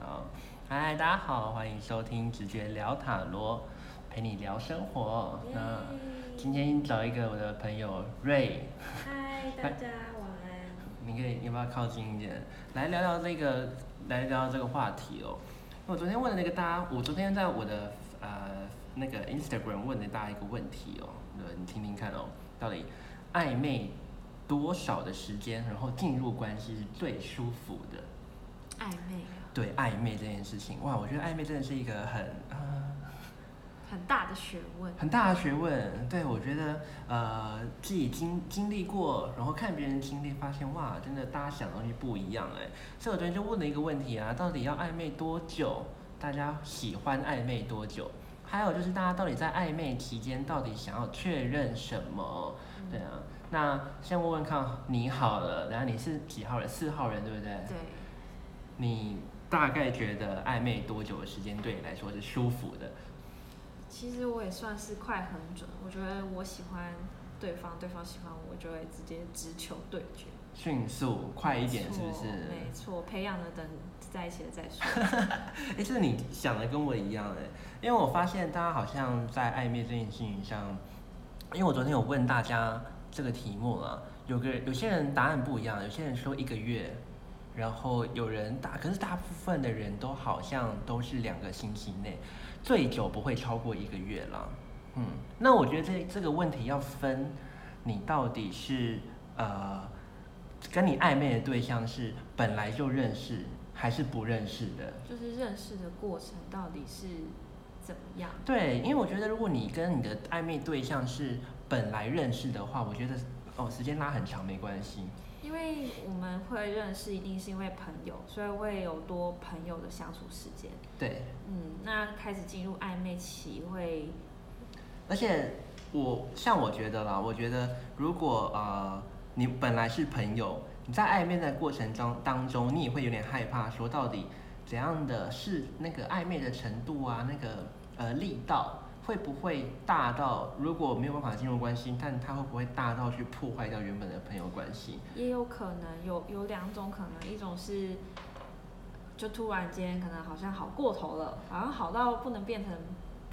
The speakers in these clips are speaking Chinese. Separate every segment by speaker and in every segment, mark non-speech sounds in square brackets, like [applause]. Speaker 1: 好，嗨，大家好，欢迎收听直觉聊塔罗，陪你聊生活。那今天找一个我的朋友瑞，
Speaker 2: 嗨，大
Speaker 1: 哎
Speaker 2: 家晚安。
Speaker 1: 你可以要不要靠近一点，来聊聊这个，来聊聊这个话题哦。我昨天问了那个大家，我昨天在我的呃那个 Instagram 问了大家一个问题哦，呃你听听看哦，到底暧昧多少的时间，然后进入关系是最舒服的？
Speaker 2: 暧昧
Speaker 1: 对暧昧这件事情，哇，我觉得暧昧真的是一个很呃
Speaker 2: 很大的学问，
Speaker 1: 很大的学问。对我觉得呃自己经经历过，然后看别人经历，发现哇，真的大家想的东西不一样哎。所以我昨天就问了一个问题啊，到底要暧昧多久？大家喜欢暧昧多久？还有就是大家到底在暧昧期间到底想要确认什么？对啊，那先问问看你好了，然后你是几号人？四号人对不对？
Speaker 2: 对，
Speaker 1: 你大概觉得暧昧多久的时间对你来说是舒服的？
Speaker 2: 其实我也算是快很准。我觉得我喜欢对方，对方喜欢我，我就会直接直球对决。
Speaker 1: 迅速快一点，
Speaker 2: 没
Speaker 1: 是
Speaker 2: 错
Speaker 1: 不是？
Speaker 2: 没错，培养了等在一起了再说。
Speaker 1: [laughs] 哎、这你想的跟我一样哎、因为我发现大家好像在暧昧这件事情上，因为我昨天有问大家这个题目啊，有个有些人答案不一样，有些人说一个月，然后有人答，可是大部分的人都好像都是两个星期内，最久不会超过一个月了。嗯，那我觉得这这个问题要分，你到底是呃跟你暧昧的对象是本来就认识还是不认识的？
Speaker 2: 就是认识的过程到底是怎么样？
Speaker 1: 对，因为我觉得如果你跟你的暧昧对象是本来认识的话，我觉得哦，时间拉很长没关系。
Speaker 2: 因为我们会认识，一定是因为朋友，所以会有多朋友的相处时间。
Speaker 1: 对，
Speaker 2: 嗯，那开始进入暧昧期会，
Speaker 1: 而且我像我觉得啦，我觉得如果呃你本来是朋友，你在暧昧的过程中当中，你也会有点害怕，说到底怎样的是那个暧昧的程度啊，那个呃力道。会不会大到如果没有办法进入关系，但它会不会大到去破坏掉原本的朋友关系？
Speaker 2: 也有可能有有两种可能，一种是就突然间可能好像好过头了，好像好到不能变成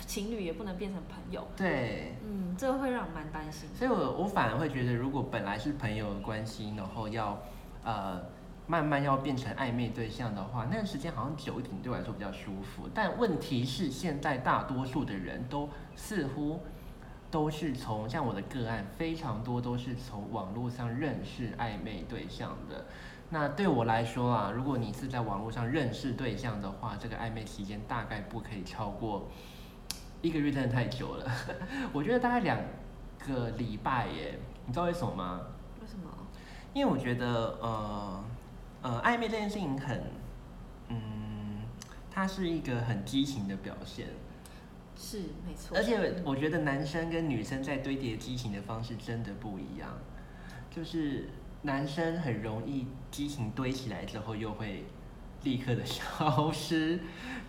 Speaker 2: 情侣，也不能变成朋友，
Speaker 1: 对，
Speaker 2: 嗯，这会让我蛮担心。
Speaker 1: 所以我我反而会觉得，如果本来是朋友的关系，然后要呃慢慢要变成暧昧对象的话，那个时间好像久一点对我来说比较舒服。但问题是，现在大多数的人都似乎都是从像我的个案，非常多都是从网络上认识暧昧对象的。那对我来说啊，如果你是在网络上认识对象的话，这个暧昧期间大概不可以超过一个月，真的太久了。 [laughs] 我觉得大概两个礼拜耶，你知道为什么吗？
Speaker 2: 为什么？
Speaker 1: 因为我觉得，呃，呃，暧昧这件事情很，嗯，它是一个很激情的表现，
Speaker 2: 是没错，
Speaker 1: 而且我觉得男生跟女生在堆叠激情的方式真的不一样，就是男生很容易激情堆起来之后又会立刻的 [laughs] 消失，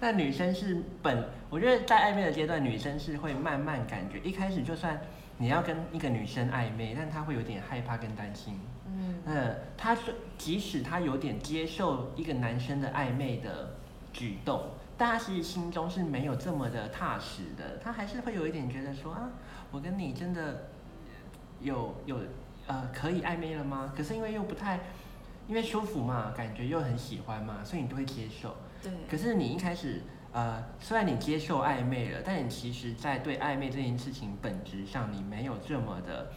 Speaker 1: 那女生是本我觉得在暧昧的阶段，女生是会慢慢感觉，一开始就算你要跟一个女生暧昧，但她会有点害怕跟担心，
Speaker 2: 嗯，
Speaker 1: 嗯，他说，即使他有点接受一个男生的暧昧的举动，但他其实心中是没有这么的踏实的，他还是会有一点觉得说啊，我跟你真的有有呃可以暧昧了吗？可是因为又不太，因为舒服嘛，感觉又很喜欢嘛，所以你都会接受。
Speaker 2: 对，
Speaker 1: 可是你一开始，呃，虽然你接受暧昧了，但你其实在对暧昧这件事情本质上，你没有这么的，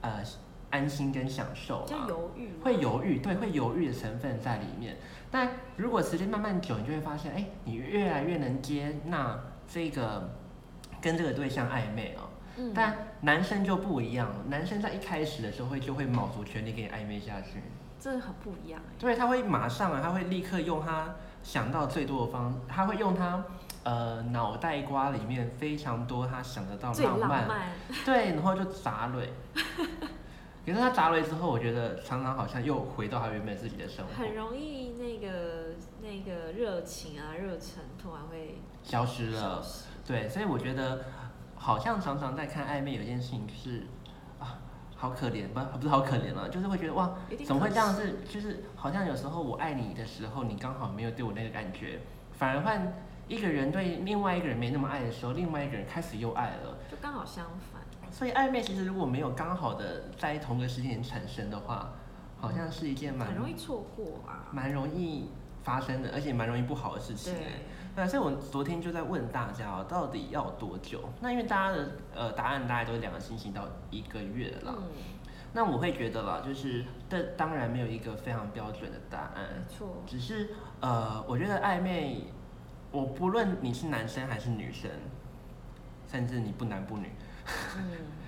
Speaker 1: 呃，安心跟享受
Speaker 2: 比较
Speaker 1: 啊，
Speaker 2: 犹豫，
Speaker 1: 会，犹豫，对，会犹豫的成分在里面。但如果时间慢慢久，你就会发现，哎，你越来越能接纳这个跟这个对象暧昧哦。
Speaker 2: 嗯，
Speaker 1: 但男生就不一样了，男生在一开始的时候会就会卯足全力跟你暧昧下去。
Speaker 2: 这很不一样哎、
Speaker 1: 对，他会马上啊，他会立刻用他想到最多的方，他会用他呃脑袋瓜里面非常多他想得到
Speaker 2: 最浪
Speaker 1: 浪漫，哦
Speaker 2: 漫，
Speaker 1: 对，然后就砸蕊。 [laughs] 可是他砸蕊之后，我觉得常常好像又回到他原本自己的生活，
Speaker 2: 很容易那个那个热情啊热忱突然会
Speaker 1: 消失了
Speaker 2: 消。失，
Speaker 1: 对，所以我觉得好像常常在看暧昧有件事情就是啊，好可怜，不不是好可怜了，就是会觉得哇，
Speaker 2: 一定
Speaker 1: 怎么会
Speaker 2: 可
Speaker 1: 这样
Speaker 2: 惜？
Speaker 1: 子？就是好像有时候我爱你的时候，你刚好没有对我那个感觉，反而换一个人对另外一个人没那么爱的时候，另外一个人开始又爱了。
Speaker 2: 就刚好相反，
Speaker 1: 所以暧昧其实如果没有刚好的在同个时间点产生的话，好像是一件蛮
Speaker 2: 很容易错过啊。
Speaker 1: 蛮容易发生的，而且蛮容易不好的事情欸。
Speaker 2: 对，
Speaker 1: 那所以我昨天就在问大家哦，到底要多久？那因为大家的呃答案大概都是两个星期到一个月啦。
Speaker 2: 嗯，
Speaker 1: 那我会觉得啦，就是这当然没有一个非常标准的答案
Speaker 2: 没，错，
Speaker 1: 只是呃，我觉得暧昧，我不论你是男生还是女生，甚至你不男不女，
Speaker 2: 嗯，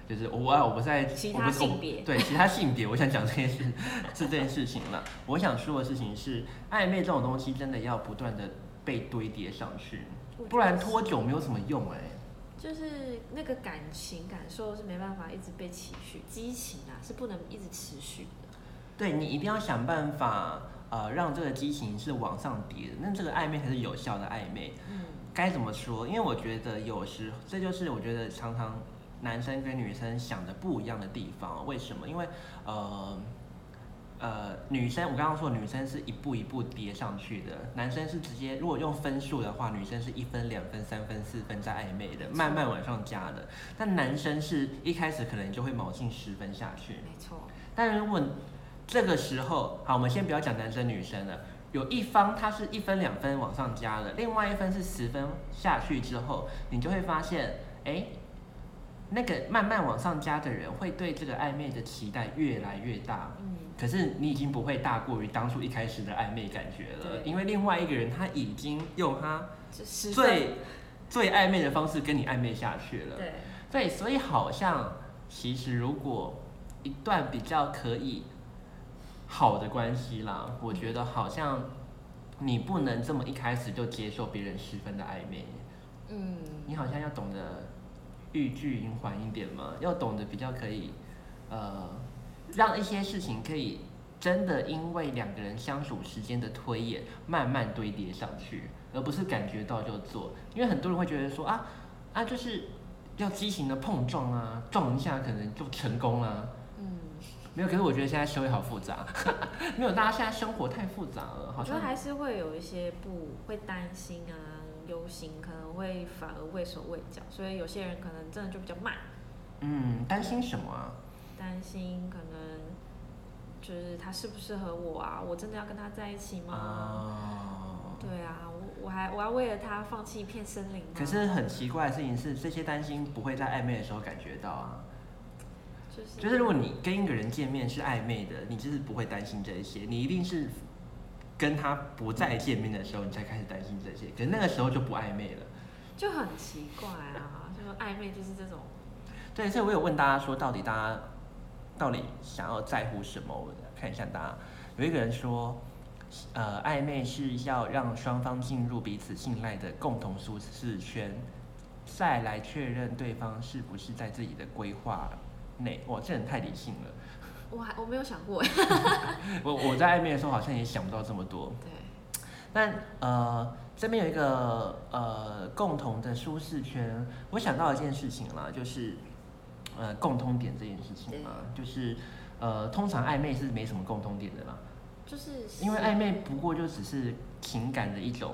Speaker 1: 就是我啊我不在
Speaker 2: 其
Speaker 1: 我
Speaker 2: 他
Speaker 1: 不是我
Speaker 2: 性别
Speaker 1: 对其他性别，我想讲这件事是这件事情了。我想说的事情是，暧昧这种东西真的要不断的被堆叠上去，不然拖久没有什么用哎、
Speaker 2: 嗯就是那个感情感受是没办法一直被持续，激情啊是不能一直持续的。
Speaker 1: 对你一定要想办法，呃，让这个激情是往上叠的，那这个暧昧才是有效的暧昧。
Speaker 2: 嗯，
Speaker 1: 该怎么说？因为我觉得有时这就是我觉得常常男生跟女生想的不一样的地方。为什么？因为呃呃，女生我刚刚说女生是一步一步叠上去的，男生是直接如果用分数的话，女生是一分、两分、三分、四分在暧昧的，慢慢往上加的。但男生是一开始可能就会卯进十分下去。
Speaker 2: 嗯没错，
Speaker 1: 但如果这个时候，好，我们先不要讲男生女生了，有一方他是一分两分往上加了，另外一分是十分下去之后，你就会发现，哎，那个慢慢往上加的人会对这个暧昧的期待越来越大。
Speaker 2: 嗯，
Speaker 1: 可是你已经不会大过于当初一开始的暧昧感觉了，
Speaker 2: 对
Speaker 1: 因为另外一个人他已经用他
Speaker 2: 这十分
Speaker 1: 最最暧昧的方式跟你暧昧下去了。
Speaker 2: 对，
Speaker 1: 对，所以好像其实如果一段比较可以好的关系啦，我觉得好像你不能这么一开始就接受别人十分的暧昧，
Speaker 2: 嗯，
Speaker 1: 你好像要懂得欲拒还欢一点嘛，要懂得比较可以呃，让一些事情可以。真的因为两个人相处时间的推演，慢慢堆叠上去，而不是感觉到就做。因为很多人会觉得说啊啊，就是要畸形的碰撞啊，撞一下可能就成功啦、
Speaker 2: 嗯，
Speaker 1: 没有，可是我觉得现在社会好复杂， [laughs] 没有，大家现在生活太复杂了，好
Speaker 2: 我觉得
Speaker 1: 像
Speaker 2: 还是会有一些不会担心啊、忧心，可能会反而畏手畏脚，所以有些人可能真的就比较慢，
Speaker 1: 嗯，担心什么啊？
Speaker 2: 担心可能就是他适不适合我啊，我真的要跟他在一起吗？
Speaker 1: 哦，
Speaker 2: 对啊，我我还我要为了他放弃一片森林吗？
Speaker 1: 可是很奇怪的事情是，这些担心不会在暧昧的时候感觉到啊。
Speaker 2: 就是
Speaker 1: 就是如果你跟一个人见面是暧昧的，你就是不会担心这些，你一定是跟他不再见面的时候，你才开始担心这些。可是那个时候就不暧昧了。
Speaker 2: 就很奇怪啊，就是暧昧就是这种，
Speaker 1: 对，所以我有问大家说，到底大家到底想要在乎什么？我看一下大家，有一个人说，呃，暧昧是要让双方进入彼此信赖的共同舒适圈，再来确认对方是不是在自己的规划内。哇，这人太理性了。
Speaker 2: 我还我没有想过哎。
Speaker 1: 我我在暧昧的时候好像也想不到这么多。
Speaker 2: [laughs] 对，
Speaker 1: 但呃，这边有一个呃共同的舒适圈，我想到一件事情啦，就是呃共通点这件事情嘛，就是呃通常暧昧是没什么共通点的啦，
Speaker 2: 就是
Speaker 1: 因为暧昧不过就只是情感的一种，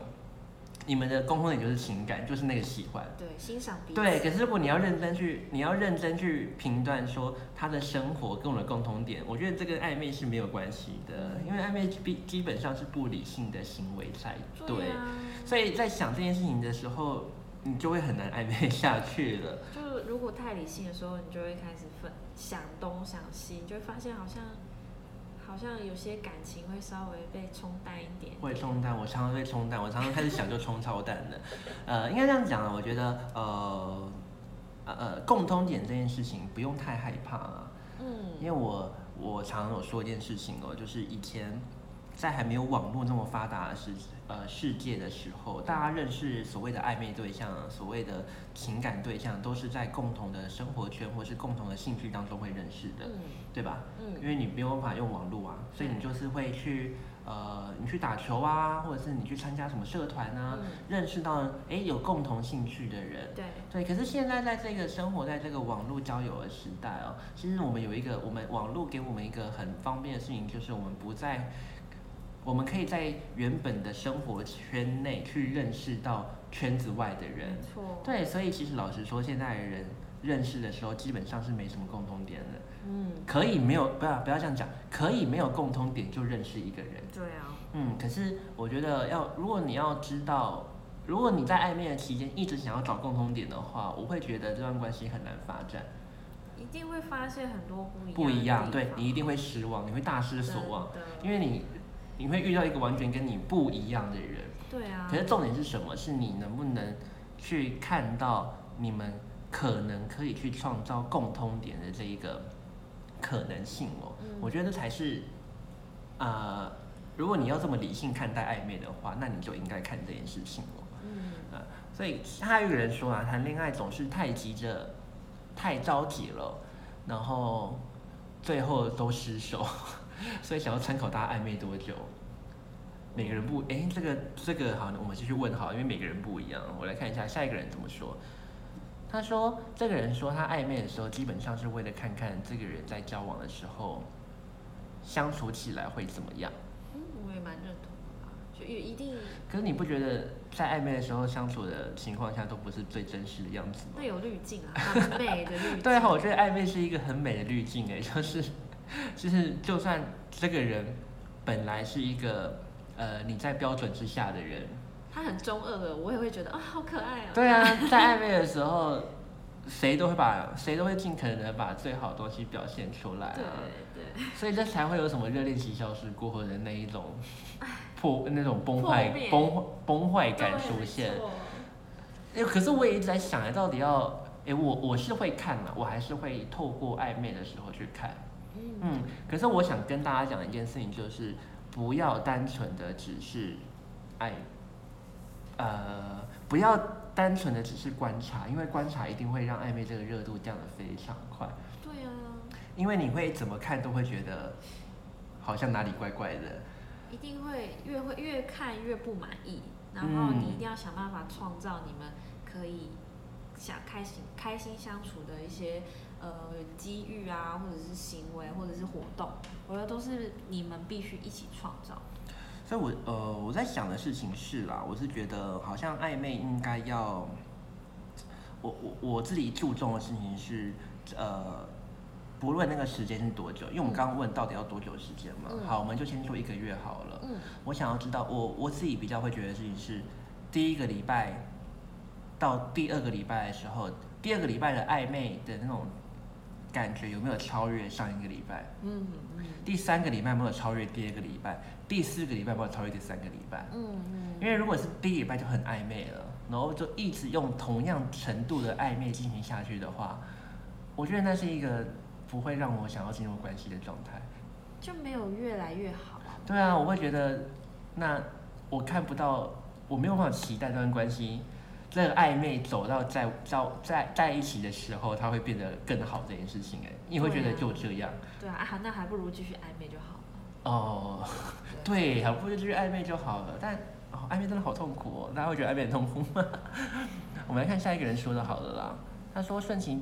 Speaker 1: 你们的共通点就是情感，就是那个喜欢。
Speaker 2: 对欣赏彼此，
Speaker 1: 对，可是如果你要认真去，你要认真去评断说他的生活跟我的共同点，我觉得这跟暧昧是没有关系
Speaker 2: 嗯
Speaker 1: 的，因为暧昧基基本上是不理性的行为才
Speaker 2: 对啊，
Speaker 1: 所以在想这件事情的时候，你就会很难暧昧下去了。
Speaker 2: 就是如果太理性的时候，你就会开始分想东想西，你就会发现好像好像有些感情会稍微被冲淡一点。
Speaker 1: 会冲淡，我常常会冲淡，我常常开始想就冲超淡的。呃，应该这样讲啊，我觉得呃呃呃共通点这件事情不用太害怕啊，因
Speaker 2: 嗯，
Speaker 1: 为我我常常有说一件事情哦，就是以前在还没有网络那么发达的时呃世界的时候，大家认识所谓的暧昧对象、所谓的情感对象，都是在共同的生活圈或是共同的兴趣当中会认识的，
Speaker 2: 嗯
Speaker 1: 对吧？
Speaker 2: 嗯
Speaker 1: 因为你没有办法用网络啊，所以你就是会去呃，你去打球啊，或者是你去参加什么社团啊，
Speaker 2: 嗯，
Speaker 1: 认识到哎有共同兴趣的人，
Speaker 2: 对，
Speaker 1: 对，可是现在在这个生活在这个网络交友的时代哦，其实我们有一个，我们网络给我们一个很方便的事情，就是我们不在，我们可以在原本的生活圈内去认识到圈子外的人
Speaker 2: 没。错，
Speaker 1: 对，所以其实老实说，现在的人认识的时候基本上是没什么共同点的，
Speaker 2: 嗯，
Speaker 1: 可以没有不要不要这样讲，可以没有共同点就认识一个人。
Speaker 2: 对啊，
Speaker 1: 嗯，可是我觉得要，如果你要知道，如果你在暧昧的期间一直想要找共同点的话，我会觉得这段关系很难发展，
Speaker 2: 一定会发现很多不一样，
Speaker 1: 不一样，对你一
Speaker 2: 定
Speaker 1: 定会失望，你会大失所望，，因为
Speaker 2: 对
Speaker 1: 你你会遇到一个完全跟你不一样的人。
Speaker 2: 对啊，
Speaker 1: 可是重点是什么？是你能不能去看到你们可能可以去创造共通点的这一个可能性哦。
Speaker 2: 嗯
Speaker 1: 我觉得才是，呃，如果你要这么理性看待暧昧的话，那你就应该看这件事情哦。
Speaker 2: 嗯，
Speaker 1: 所以还有一个人说啊，谈恋爱总是太急着，太着急了，然后最后都失手， [laughs] 所以想要参考大家暧昧多久。每个人不，哎，这个这个好，我们继续问好，因为每个人不一样。我来看一下下一个人怎么说。他说，这个人说他暧昧的时候，基本上是为了看看这个人在交往的时候相处起来会怎么样。
Speaker 2: 嗯，我也蛮认同的吧，就也一定
Speaker 1: 可是你不觉得在暧昧的时候相处的情况下都不是最真实的样子吗？
Speaker 2: 会有滤镜
Speaker 1: [laughs]
Speaker 2: 啊，很美的滤镜，
Speaker 1: 对啊，我觉得暧昧是一个很美的滤镜诶， [laughs] 就是就是就算这个人本来是一个呃你在标准之下的人，
Speaker 2: 他很中二的，我也会觉得啊，好可爱啊，
Speaker 1: 对啊，在暧昧的时候，谁都会把谁都会尽可能的把最好的东西表现出来
Speaker 2: 对
Speaker 1: 啊，
Speaker 2: 对，
Speaker 1: 所以这才会有什么热恋期消失过后的那一种破那种崩坏
Speaker 2: 破灭
Speaker 1: 崩崩坏 [laughs] 感
Speaker 2: 对
Speaker 1: 出现
Speaker 2: 没。错
Speaker 1: 哎、可是我也一直在想，哎，到底要哎、我我是会看的，我还是会透过暧昧的时候去看。
Speaker 2: 嗯，
Speaker 1: 嗯，可是我想跟大家讲一件事情，就是不要单纯的只是爱，呃，不要单纯的只是观察，因为观察一定会让暧昧这个热度降得非常快，
Speaker 2: 对啊，
Speaker 1: 因为你会怎么看都会觉得好像哪里怪怪的，
Speaker 2: 一定会越会越看越不满意，然后
Speaker 1: 嗯
Speaker 2: 你一定要想办法创造你们可以想开心开心相处的一些呃机遇啊，或者是行为，或者是活动，我觉得都是你们必须一起创造的。
Speaker 1: 所以我呃我在想的事情是啦，我是觉得好像暧昧应该要，我我我自己注重的事情是呃，不论那个时间是多久，因为我们刚刚问到底要多久时间嘛，
Speaker 2: 嗯
Speaker 1: 好，我们就先说一个月好了。
Speaker 2: 嗯
Speaker 1: 我想要知道，我我自己比较会觉得的事情是，第一个礼拜到第二个礼拜的时候，第二个礼拜的暧昧的那种感觉有没有超越上一个礼拜？
Speaker 2: 嗯嗯
Speaker 1: 第三个礼拜有没有超越第二个礼拜，第四个礼拜有没有超越第三个礼拜。
Speaker 2: 嗯
Speaker 1: 因为如果是第一礼拜就很暧昧了，然后就一直用同样程度的暧昧进行下去的话，我觉得那是一个不会让我想要进入关系的状态。
Speaker 2: 就没有越来越好。
Speaker 1: 对啊，我会觉得那我看不到，我没有办法期待这段关系，这个暧昧走到在到在在一起的时候，它会变得更好这件事情、哎，你会觉得
Speaker 2: 对
Speaker 1: 就
Speaker 2: 啊
Speaker 1: 这样。
Speaker 2: 对啊，啊那还不如继续暧昧就好了。
Speaker 1: 哦， [laughs] 对，还不如就是暧昧就好了。但、哦、暧昧真的好痛苦哦，大家会觉得暧昧很痛苦吗？ [laughs] 我们来看下一个人说的好了啦。他说顺其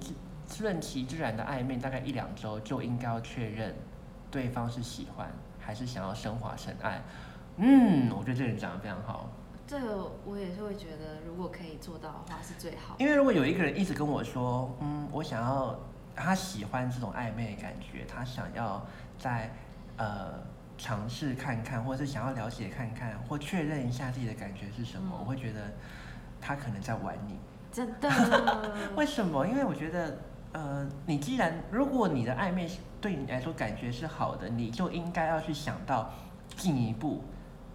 Speaker 1: 自顺其自然的暧昧，大概一两周就应该要确认对方是喜欢还是想要升华成爱。嗯，我觉得这个人讲的非常好。
Speaker 2: 这个我也是会觉得，如果可以做到的话是最好的。
Speaker 1: 因为如果有一个人一直跟我说，嗯，我想要他喜欢这种暧昧的感觉，他想要在呃尝试看看，或是想要了解看看，或确认一下自己的感觉是什么，
Speaker 2: 嗯
Speaker 1: 我会觉得他可能在玩你。，
Speaker 2: 真的
Speaker 1: 为什么？因为我觉得，呃，你既然如果你的暧昧是对你来说感觉是好的，你就应该要去想到进一步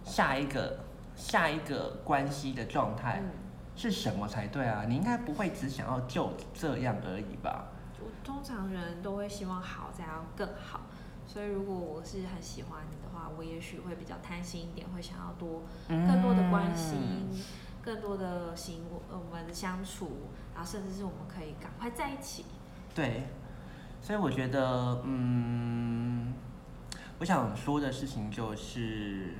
Speaker 1: 下一个下一个关系的状态。
Speaker 2: 嗯，
Speaker 1: 是什么才对啊？你应该不会只想要就这样而已吧？
Speaker 2: 我通常人都会希望好再要更好，所以如果我是很喜欢你的话，我也许会比较贪心一点，会想要多嗯更多的关心，
Speaker 1: 嗯
Speaker 2: 更多的行为呃我们的相处，然后甚至是我们可以赶快在一起。
Speaker 1: 对，所以我觉得，嗯，我我想说的事情就是，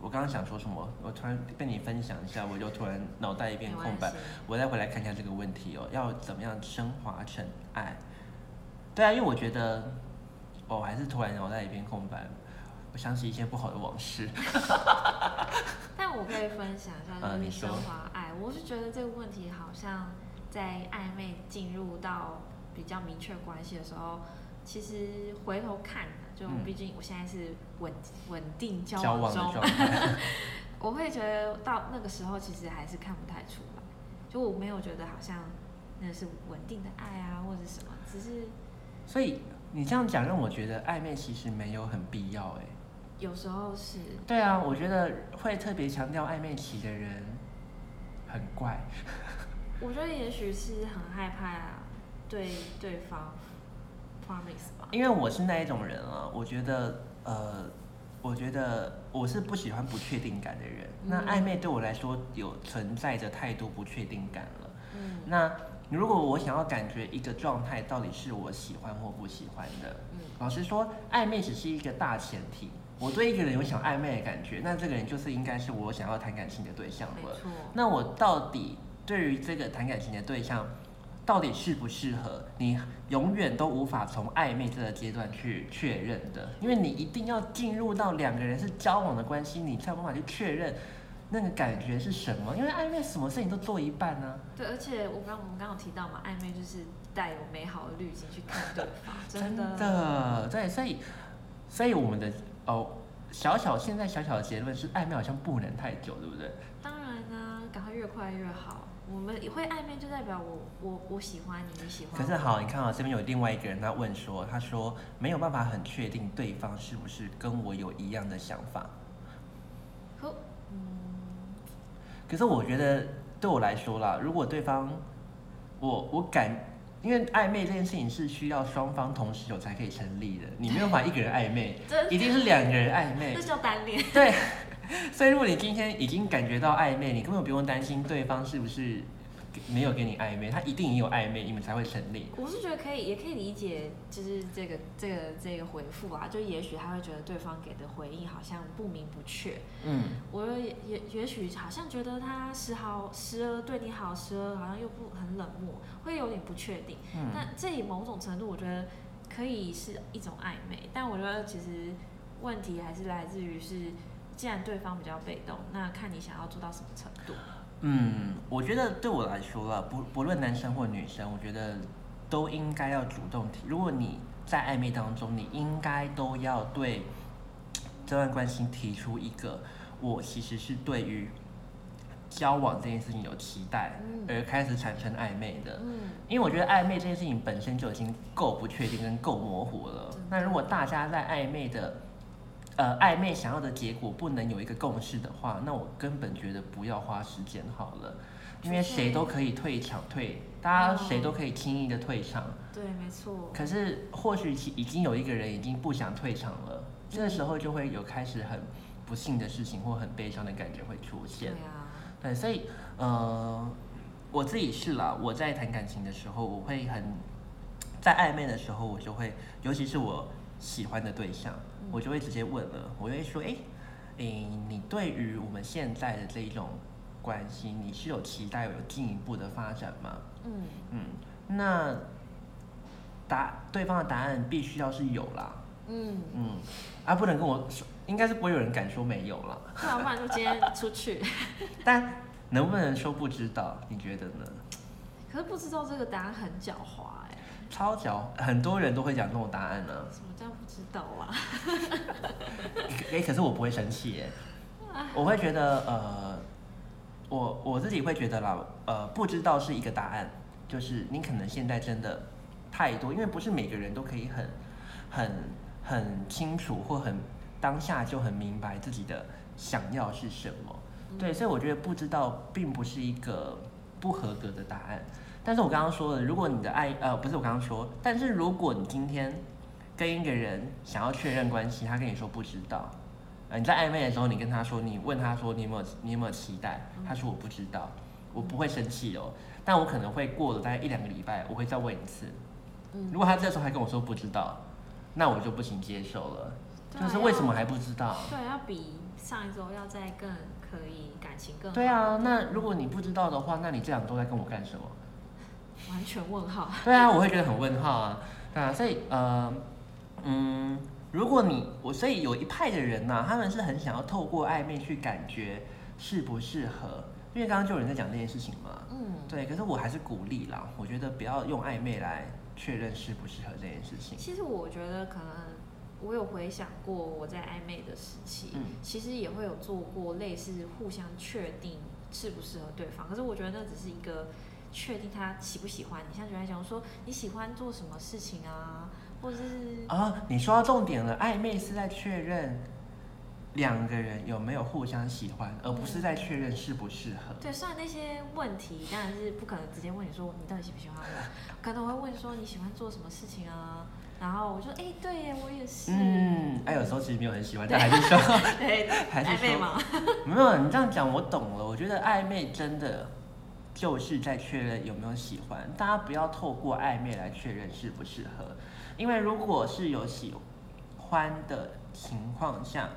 Speaker 1: 我刚刚想说什么，我突然被你分享一下，我就突然脑袋一片
Speaker 2: 没
Speaker 1: 空
Speaker 2: 关
Speaker 1: 白
Speaker 2: 系。。
Speaker 1: 我再回来看一下这个问题哦，要怎么样升华成爱？对啊，因为我觉得，哦我还是突然脑袋一片空白，我想起一些不好的往事。
Speaker 2: 但我可以分享一下，
Speaker 1: 呃
Speaker 2: 就
Speaker 1: 你
Speaker 2: 是
Speaker 1: 说
Speaker 2: 升华爱，我是觉得这个问题好像在暧昧进入到比较明确关系的时候，其实回头看啊，就
Speaker 1: 嗯
Speaker 2: 毕竟我现在是稳稳定 [laughs] 交
Speaker 1: 交
Speaker 2: 往
Speaker 1: 往的
Speaker 2: 中，
Speaker 1: 状态，
Speaker 2: 我会觉得到那个时候其实还是看不太出来，就我没有觉得好像那是稳定的爱啊，或者什么，只是
Speaker 1: 所以你这样讲让我觉得暧昧其实没有很必要哎。
Speaker 2: 有时候是
Speaker 1: 对啊，我觉得会特别强调暧昧期的人很怪。
Speaker 2: 我觉得也许是很害怕、对对方 promise 吧。
Speaker 1: 因为我是那一种人啊，我觉得呃，我觉得我是不喜欢不确定感的人。那
Speaker 2: 嗯
Speaker 1: 暧昧对我来说有存在着太多不确定感了。
Speaker 2: 嗯
Speaker 1: 那如果我想要感觉一个状态到底是我喜欢或不喜欢的，
Speaker 2: 嗯
Speaker 1: 老实说，暧昧只是一个大前提。我对一个人有想暧昧的感觉，那这个人就是应该是我想要谈感情的对象
Speaker 2: 没
Speaker 1: 了。
Speaker 2: 错，
Speaker 1: 那我到底对于这个谈感情的对象，到底适不适合，你永远都无法从暧昧这个阶段去确认的，因为你一定要进入到两个人是交往的关系，你才有办法去确认那个感觉是什么。因为暧昧什么事情都做一半啊呢、
Speaker 2: 对，而且我刚我们刚刚有提到嘛，暧昧就是带有美好的滤镜去看对
Speaker 1: [laughs]
Speaker 2: 方，真的，
Speaker 1: 的，对，所以，所以我们的哦。小小现在小小的结论是暧昧好像不能太久，对不对？
Speaker 2: 当然啦、赶快越快越好。我们也会暧昧，就代表我我我喜欢你，你喜欢
Speaker 1: 可
Speaker 2: 我。
Speaker 1: 是好，你看啊、这边有另外一个人他问说，他说没有办法很确定对方是不是跟我有一样的想法。
Speaker 2: 可嗯，
Speaker 1: 可是我觉得对我来说啦，如果对方，我我感，因为暧昧这件事情是需要双方同时有才可以成立的，你没有办法一个人暧昧，
Speaker 2: [laughs] 这
Speaker 1: 一定是两个人暧昧
Speaker 2: 这。叫单恋。
Speaker 1: [laughs] 对，所以如果你今天已经感觉到暧昧，你根本不用担心对方是不是没有跟你暧昧，他一定也有暧昧，你们才会成立。
Speaker 2: 我是觉得可以，也可以理解，就是这个这个这个回复啊，就也许他会觉得对方给的回应好像不明不确，
Speaker 1: 嗯，
Speaker 2: 我也也也许好像觉得他时好时而对你好，时而好像又不很冷漠，会有点不确定。
Speaker 1: 嗯
Speaker 2: 那这也某种程度我觉得可以是一种暧昧，但我觉得其实问题还是来自于是，既然对方比较被动，那看你想要做到什么程度。
Speaker 1: 嗯，我觉得对我来说啦，不不论男生或女生，我觉得都应该要主动提。如果你在暧昧当中，你应该都要对这段关系提出一个，我其实是对于交往这件事情有期待，
Speaker 2: 嗯
Speaker 1: 而开始产生暧昧的。
Speaker 2: 嗯，
Speaker 1: 因为我觉得暧昧这件事情本身就已经够不确定跟够模糊了
Speaker 2: 真的。
Speaker 1: 那如果大家在暧昧的，呃，暧昧想要的结果不能有一个共识的话，那我根本觉得不要花时间好了，因为
Speaker 2: 就是
Speaker 1: 谁都可以退场退，大家
Speaker 2: 哦
Speaker 1: 谁都可以轻易的退场。
Speaker 2: 对，没错。
Speaker 1: 可是或许其已经有一个人已经不想退场了，这个时候就会有开始很不幸的事情或很悲伤的感觉会出
Speaker 2: 对
Speaker 1: 现。
Speaker 2: 啊，
Speaker 1: 对，所以呃，我自己是啦，我在谈感情的时候，我会很在暧昧的时候，我就会，尤其是我喜欢的对象，我就会直接问了，我就会说，哎、诶、你对于我们现在的这一种关系，你是有期待有进一步的发展吗？
Speaker 2: 嗯，
Speaker 1: 嗯，那答对方的答案必须要是有啦，
Speaker 2: [laughs] 嗯，
Speaker 1: 嗯，啊，不能跟我说，应该是不会有人敢说没有啦。
Speaker 2: 对啊，不然就今天出去。
Speaker 1: 但能不能说不知道？你觉得呢？
Speaker 2: 可是不知道这个答案很狡猾哎、
Speaker 1: 超角，很多人都会讲这种答案啊 [laughs] 呢、
Speaker 2: 什么叫不知道啊？
Speaker 1: 哎、可是我不会生气耶，我会觉得呃，我我自己会觉得啦，呃，不知道是一个答案，就是你可能现在真的太多，因为不是每个人都可以很很很清楚或很当下就很明白自己的想要是什么。对，所以我觉得不知道并不是一个不合格的答案。但是我刚刚说了，如果你的爱呃不是我刚刚说，但是如果你今天跟一个人想要确认关系，他跟你说不知道，呃你在暧昧的时候，你跟他说，你问他说你有没有你有没有期待，他说我不知道，我不会生气哦，但我可能会过了大概一两个礼拜，我会再问一次
Speaker 2: 嗯。
Speaker 1: 如果他这时候还跟我说不知道，那我就不行接受了。
Speaker 2: 对啊
Speaker 1: 就是为什么还不知道？
Speaker 2: 对，啊要比上一周要再更可以感情更好
Speaker 1: 对，啊，那如果你不知道的话，那你这两周在跟我干什么？
Speaker 2: 完全问号。
Speaker 1: 对啊，我会觉得很问号啊。对啊，所以呃，嗯，如果你我，所以有一派的人呐、啊他们是很想要透过暧昧去感觉适不适合，因为刚刚就有人在讲这件事情嘛。
Speaker 2: 嗯，
Speaker 1: 对，可是我还是鼓励啦，我觉得不要用暧昧来确认适不适合这件事情。
Speaker 2: 其实我觉得可能我有回想过我在暧昧的时期，
Speaker 1: 嗯
Speaker 2: 其实也会有做过类似互相确定适不适合对方，可是我觉得那只是一个确定他喜不喜欢你。像原来讲说你喜欢做什么事情啊，或者是
Speaker 1: 啊，你说到重点了，暧昧是在确认两个人有没有互相喜欢，而不是在确认适不适合。
Speaker 2: 对，虽然那些问题当然是不可能直接问你说你到底喜不喜欢我，可能我会问说你喜欢做什么事情啊，然后我就哎、对耶，我也是，
Speaker 1: 嗯，哎、有时候其实没有很喜欢，但还是说，
Speaker 2: 对，
Speaker 1: 还是
Speaker 2: 暧昧
Speaker 1: 说，
Speaker 2: 嘛，
Speaker 1: 没有，你这样讲我懂了。我觉得暧昧真的就是在确认有没有喜欢，大家不要透过暧昧来确认适不适合，因为如果是有喜欢的情况下，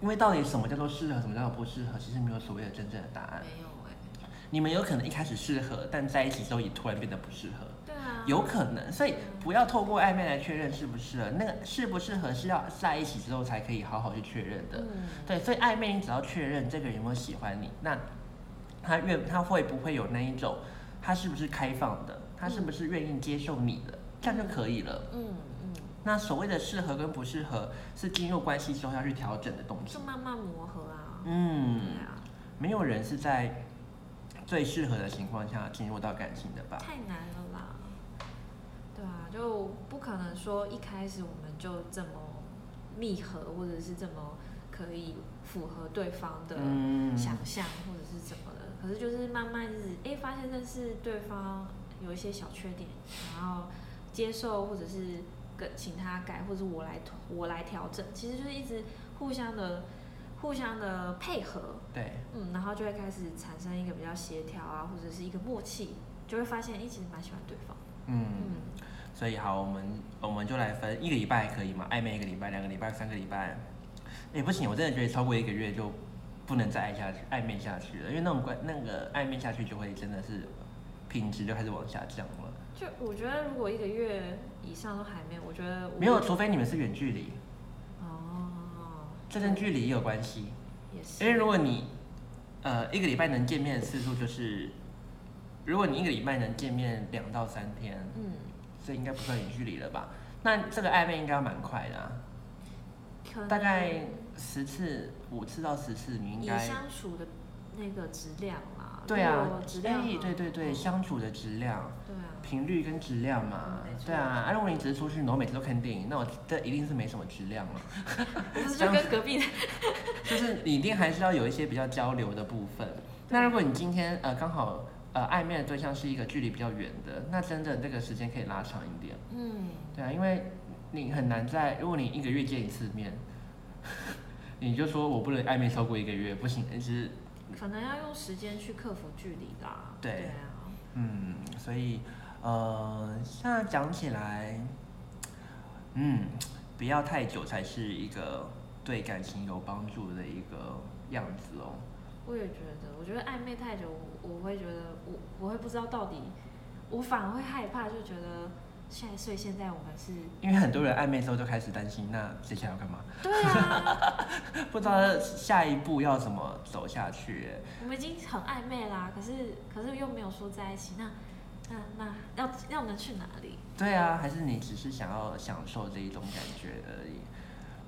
Speaker 1: 因为到底什么叫做适合，什么叫做不适合，其实没有所谓的真正的答案。
Speaker 2: 没有哎、
Speaker 1: 你们有可能一开始适合，但在一起之后也突然变得不适合。
Speaker 2: 对啊，
Speaker 1: 有可能，所以不要透过暧昧来确认适不适合，那个适不适合是要在一起之后才可以好好去确认的。
Speaker 2: 嗯，
Speaker 1: 对，所以暧昧你只要确认这个人有没有喜欢你，那他愿他会不会有那一种，他是不是开放的，他是不是愿意接受你的，这样就可以了。
Speaker 2: 嗯嗯，
Speaker 1: 那所谓的适合跟不适合，是进入关系之后要去调整的东西
Speaker 2: 就。慢慢磨合啊，对
Speaker 1: 嗯，
Speaker 2: 啊，
Speaker 1: 没有人是在最适合的情况下进入到感情的吧？
Speaker 2: 太难了啦，对啊，就不可能说一开始我们就这么密合，或者是这么可以符合对方的。
Speaker 1: 嗯，
Speaker 2: 想象或者是怎么的，可是就是慢慢就是哎、诶发现认识对方有一些小缺点，然后接受或者是跟请他改，或者是我来我来调整，其实就是一直互相的互相的配合，
Speaker 1: 对。
Speaker 2: 嗯，然后就会开始产生一个比较协调啊，或者是一个默契，就会发现哎、诶其实蛮喜欢对方，
Speaker 1: 嗯，
Speaker 2: 嗯，
Speaker 1: 所以好，我们我们就来分一个礼拜可以吗？暧昧一个礼拜，两个礼拜，三个礼拜，也、不行，我真的觉得超过一个月就不能再爱下去，暧昧下去了，因为那种关那个暧昧下去就会真的是品质就开始往下降了。
Speaker 2: 就我觉得如果一个月以上都还没有，我觉得我
Speaker 1: 没有，除非你们是远距离，
Speaker 2: 哦，
Speaker 1: 这跟距离也有关系，
Speaker 2: 也是，
Speaker 1: 因为如果你呃一个礼拜能见面的次数就是，如果你一个礼拜能见面两到三天，
Speaker 2: 嗯，
Speaker 1: 这应该不算远距离了吧？那这个暧昧应该蛮快的啊。
Speaker 2: 可能
Speaker 1: 大概十次，五次到十次，你应
Speaker 2: 你
Speaker 1: 该
Speaker 2: 相处的那个质量啦，
Speaker 1: 对啊
Speaker 2: 如果，质
Speaker 1: 哎
Speaker 2: 量好，
Speaker 1: 对对对，
Speaker 2: 嗯
Speaker 1: 相处的质量、
Speaker 2: 对啊，
Speaker 1: 频率跟质量嘛
Speaker 2: 嗯没，错
Speaker 1: 对啊。啊，如果你只是出去，然后每次都看电影，那我这一定是没什么质
Speaker 2: [laughs]
Speaker 1: 量了。啊
Speaker 2: 不
Speaker 1: [laughs]
Speaker 2: 是就跟隔壁的，
Speaker 1: 就是你一定还是要有一些比较交流的部分。那如果你今天呃刚好呃暧昧的对象是一个距离比较远的，那真的这个时间可以拉长一点，
Speaker 2: 嗯，
Speaker 1: 对啊，因为你很难在如果你一个月见一次面， [laughs] 你就说我不能暧昧超过一个月，不行，其实
Speaker 2: 可能要用时间去克服距离啦，
Speaker 1: 对
Speaker 2: 对啊，
Speaker 1: 嗯，所以呃，现在讲起来，嗯，不要太久才是一个对感情有帮助的一个样子哦。
Speaker 2: 我也觉得，我觉得暧昧太久，我我会觉得我我会不知道到底，我反而会害怕，就觉得现在所以现在我们是，
Speaker 1: [laughs] 因为很多人暧昧之后就开始担心，那接下来要干嘛？ [laughs]
Speaker 2: 对啊，
Speaker 1: 不知道下一步要怎么走下去。
Speaker 2: [laughs] 我们已经很暧昧啦，可是可是又没有说在一起，那那那要要能去哪里？
Speaker 1: 对啊，还是你只是想要享受这一种感觉而已。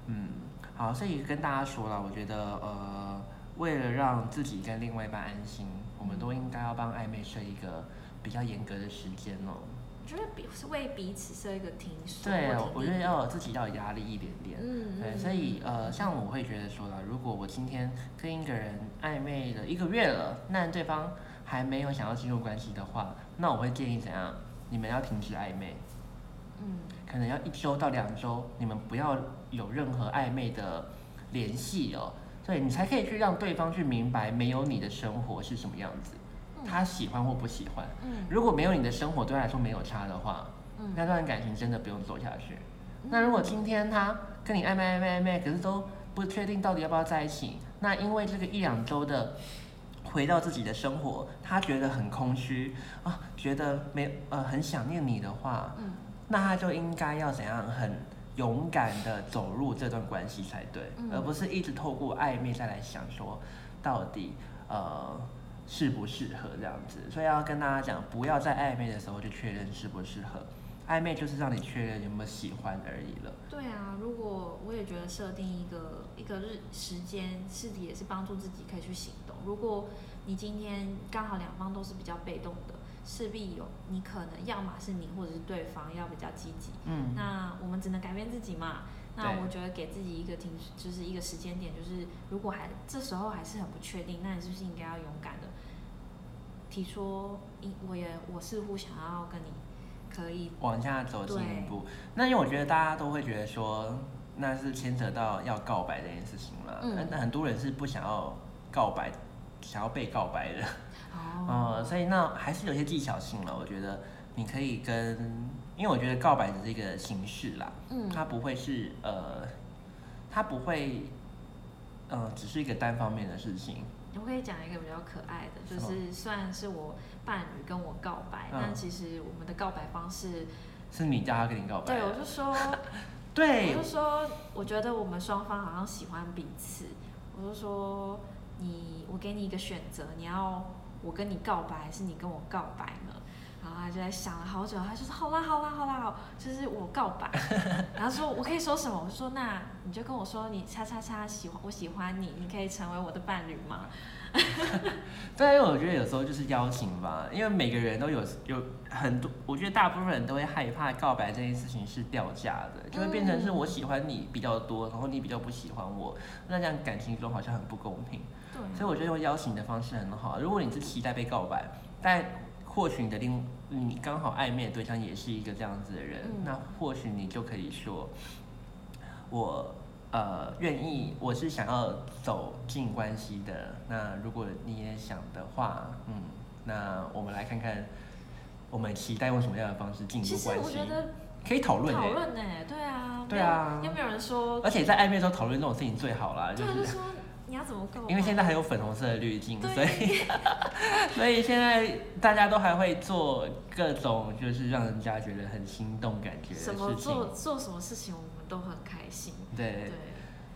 Speaker 1: 嗯，好，所以跟大家说了，我觉得呃，为了让自己跟另外一半安心，我们都应该要帮暧昧设一个比较严格的时间哦。
Speaker 2: 我觉得彼是为彼此设一个停损
Speaker 1: 对，啊
Speaker 2: 或
Speaker 1: 我
Speaker 2: 停
Speaker 1: 觉
Speaker 2: 利
Speaker 1: 得要有自己要有压力一点点。
Speaker 2: 嗯，
Speaker 1: 对，
Speaker 2: 嗯
Speaker 1: 所以呃，像我会觉得说啦，如果我今天跟一个人暧昧了一个月了，那对方还没有想要进入关系的话，那我会建议怎样？你们要停止暧昧。
Speaker 2: 嗯，
Speaker 1: 可能要一周到两周，你们不要有任何暧昧的联系哦，对你才可以去让对方去明白没有你的生活是什么样子，他喜欢或不喜欢。
Speaker 2: 嗯
Speaker 1: 如果没有你的生活对他来说没有差的话，
Speaker 2: 嗯
Speaker 1: 那段感情真的不用走下去。那如果今天他跟你暧昧暧昧暧昧，可是都不确定到底要不要在一起。那因为这个一两周的回到自己的生活，他觉得很空虚啊，觉得没呃很想念你的话，
Speaker 2: 嗯，
Speaker 1: 那他就应该要怎样很勇敢的走入这段关系才对，
Speaker 2: 嗯
Speaker 1: 而不是一直透过暧昧再来想说到底呃适不适合这样子。所以要跟大家讲，不要在暧昧的时候就确认适不适合，暧昧就是让你确认有没有喜欢而已了。
Speaker 2: 对啊，如果我也觉得设定一个一个日时间是也是帮助自己可以去行动。如果你今天刚好两方都是比较被动的，势必有你可能要么是你或者是对方要比较积极。
Speaker 1: 嗯，
Speaker 2: 那我们只能改变自己嘛。
Speaker 1: 对
Speaker 2: 那我觉得给自己一个停，就是一个时间点，就是如果还这时候还是很不确定，那你是不是应该要勇敢的提出，因我也我似乎想要跟你可以
Speaker 1: 往下走进
Speaker 2: 对
Speaker 1: 一步。那因为我觉得大家都会觉得说，那是牵扯到要告白这件事情嘛。
Speaker 2: 嗯
Speaker 1: 但很多人是不想要告白，想要被告白的。
Speaker 2: 哦
Speaker 1: 呃，所以那还是有些技巧性了。我觉得你可以跟，因为我觉得告白只是一个形式啦，
Speaker 2: 嗯
Speaker 1: 它不会是呃，它不会呃，只是一个单方面的事情。
Speaker 2: 我可以讲一个比较可爱的，就
Speaker 1: 什
Speaker 2: 是虽然是我伴侣跟我告白，
Speaker 1: 嗯
Speaker 2: 但其实我们的告白方式，
Speaker 1: 是你叫他跟你告白
Speaker 2: 对我
Speaker 1: 的，
Speaker 2: 就说，
Speaker 1: 对
Speaker 2: 我就说，我觉得我们双方好像喜欢彼此，我就说你，我给你一个选择，你要我跟你告白，还是你跟我告白呢？然后他就在想了好久，他就说好啦好啦好啦好，就是我告白，然后说我可以说什么？我就说那你就跟我说你叉叉叉喜欢我喜欢你，你可以成为我的伴侣吗？
Speaker 1: 对，因为我觉得有时候就是邀请吧，因为每个人都有有很多，我觉得大部分人都会害怕告白这件事情是掉价的，就会变成是我喜欢你比较多，然后你比较不喜欢我，那这样感情中好像很不公平。
Speaker 2: 对啊，
Speaker 1: 所以我觉得用邀请的方式很好。啊如果你是期待被告白，但或许你的另你刚好暧昧的对象也是一个这样子的人，
Speaker 2: 嗯
Speaker 1: 那或许你就可以说，我呃愿意，我是想要走进关系的。那如果你也想的话，嗯，那我们来看看，我们期待用什么样的方式进入
Speaker 2: 其实
Speaker 1: 关
Speaker 2: 我
Speaker 1: 系
Speaker 2: 觉，得
Speaker 1: 可以讨论、
Speaker 2: 讨
Speaker 1: 欸。
Speaker 2: 论呢，对啊，
Speaker 1: 对啊
Speaker 2: 没有又没有
Speaker 1: [laughs]
Speaker 2: 人说，
Speaker 1: 而且在暧昧的时候讨论这种事情最好啦，就
Speaker 2: 对啊，
Speaker 1: 是
Speaker 2: 就说你要怎么告白，
Speaker 1: 因为现在还有粉红色的滤镜，所以 [laughs]
Speaker 2: 对，
Speaker 1: 所以现在大家都还会做各种就是让人家觉得很心动感觉的
Speaker 2: 什么
Speaker 1: 事
Speaker 2: 做
Speaker 1: 情。
Speaker 2: 做什么事情，我们都很开心，
Speaker 1: 对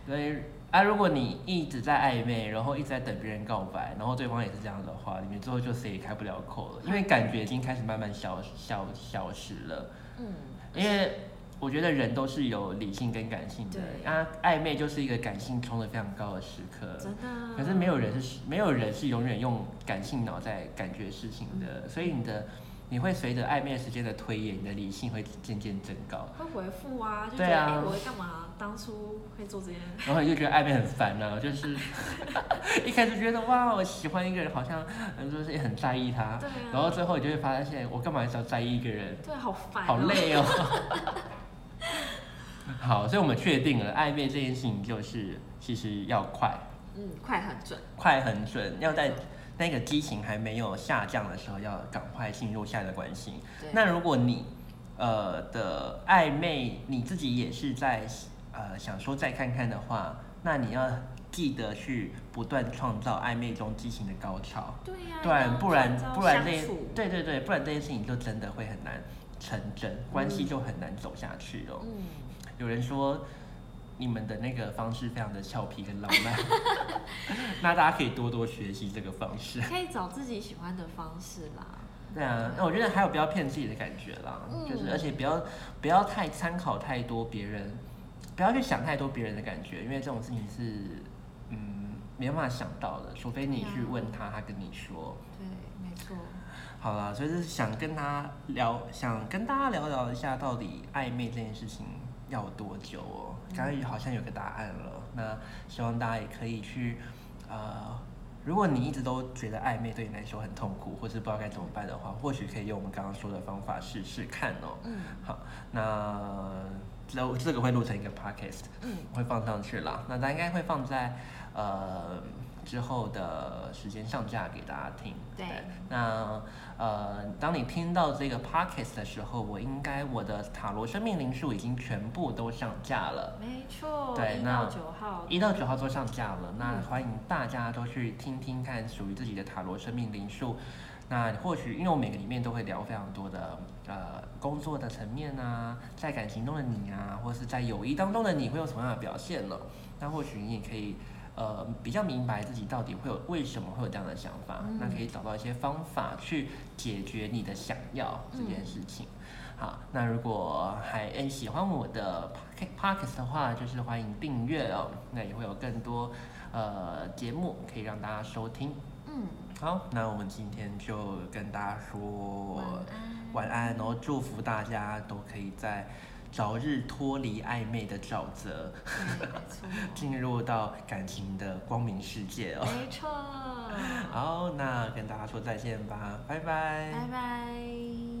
Speaker 2: 对，，
Speaker 1: 所以啊，如果你一直在暧昧，然后一直在等别人告白，然后对方也是这样的话，你们最后就谁也开不了口了，因为感觉已经开始慢慢消消消失了。
Speaker 2: 嗯，
Speaker 1: 因为我觉得人都是有理性跟感性的，
Speaker 2: 对
Speaker 1: 啊，暧昧就是一个感性冲得非常高的时刻。
Speaker 2: 真的，啊
Speaker 1: 可是没有人是没有人是永远用感性脑在感觉事情
Speaker 2: 嗯
Speaker 1: 的，所以你的你会随着暧昧时间的推演，你的理性会渐渐增高，
Speaker 2: 会回复啊，就觉
Speaker 1: 对
Speaker 2: 得
Speaker 1: 啊
Speaker 2: 哎，我干嘛当初会做这件，
Speaker 1: 然后你就觉得暧昧很烦
Speaker 2: [laughs]
Speaker 1: 啊，就是 [laughs] 一开始觉得哇，我喜欢一个人，好像嗯就是很在意他，
Speaker 2: 对啊，
Speaker 1: 然后最后你就会发现，我干嘛要在意一个人，
Speaker 2: 对，啊好烦，
Speaker 1: 好，累哦。
Speaker 2: [laughs]
Speaker 1: 好，所以我们确定了暧昧这件事情，就是其实要快，
Speaker 2: 嗯，快很准，
Speaker 1: 快很准，要在那个激情还没有下降的时候，要赶快进入下一个关系。
Speaker 2: 对，
Speaker 1: 那如果你呃的暧昧，你自己也是在呃想说再看看的话，那你要记得去不断创造暧昧中激情的高潮，
Speaker 2: 对呀，
Speaker 1: 不然
Speaker 2: 要
Speaker 1: 不然
Speaker 2: 创造
Speaker 1: 不然
Speaker 2: 相
Speaker 1: 这
Speaker 2: 处
Speaker 1: 对对对，不然这件事情就真的会很难成真，关系
Speaker 2: 嗯
Speaker 1: 就很难走下去哦。
Speaker 2: 嗯，
Speaker 1: 有人说你们的那个方式非常的俏皮跟浪漫，那大家可以多多学习这个方式。
Speaker 2: 可以找自己喜欢的方式啦，
Speaker 1: 对啊，那我觉得还有不要骗自己的感觉啦，
Speaker 2: 嗯
Speaker 1: 就是而且不要不要太参考太多别人，不要去想太多别人的感觉，因为这种事情是嗯没办法想到的，除非你去问他，他跟你说。
Speaker 2: 对，没错，
Speaker 1: 好啦，所以就是想跟他聊，想跟大家聊聊一下，到底暧昧这件事情要多久哦？刚刚好像有个答案了，那希望大家也可以去，呃，如果你一直都觉得暧昧对你来说很痛苦，或是不知道该怎么办的话，或许可以用我们刚刚说的方法试试看哦。
Speaker 2: 嗯
Speaker 1: 好，那这这个会录成一个 podcast，
Speaker 2: 嗯
Speaker 1: 会放上去啦。那它应该会放在呃之后的时间上架给大家听。
Speaker 2: 对
Speaker 1: 那呃，当你听到这个 podcast 的时候，我应该我的塔罗生命灵数已经全部都上架了。
Speaker 2: 没错，
Speaker 1: 对
Speaker 2: 一
Speaker 1: 那
Speaker 2: 到九号，
Speaker 1: 一到九号都上架了，那
Speaker 2: 嗯
Speaker 1: 欢迎大家都去听听看属于自己的塔罗生命灵数。那或许因为我每个里面都会聊非常多的呃工作的层面啊，在感情中的你啊，或是在友谊当中的你会有什么样的表现呢？那或许你也可以呃比较明白自己到底会有为什么会有这样的想法，
Speaker 2: 嗯
Speaker 1: 那可以找到一些方法去解决你的想要这件事情。好，那如果还诶喜欢我的 Pocket Pockets 的话，就是欢迎订阅哦，那也会有更多呃节目可以让大家收听。
Speaker 2: 嗯，
Speaker 1: 好，那我们今天就跟大家说
Speaker 2: 晚
Speaker 1: 晚安，然后祝福大家都可以在早日脱离暧昧的沼泽，
Speaker 2: 安，对，没
Speaker 1: [laughs]
Speaker 2: 错，
Speaker 1: 进入到感情的光明世界哦。
Speaker 2: 没错，
Speaker 1: 好，那跟大家说再见吧，拜拜
Speaker 2: 拜拜。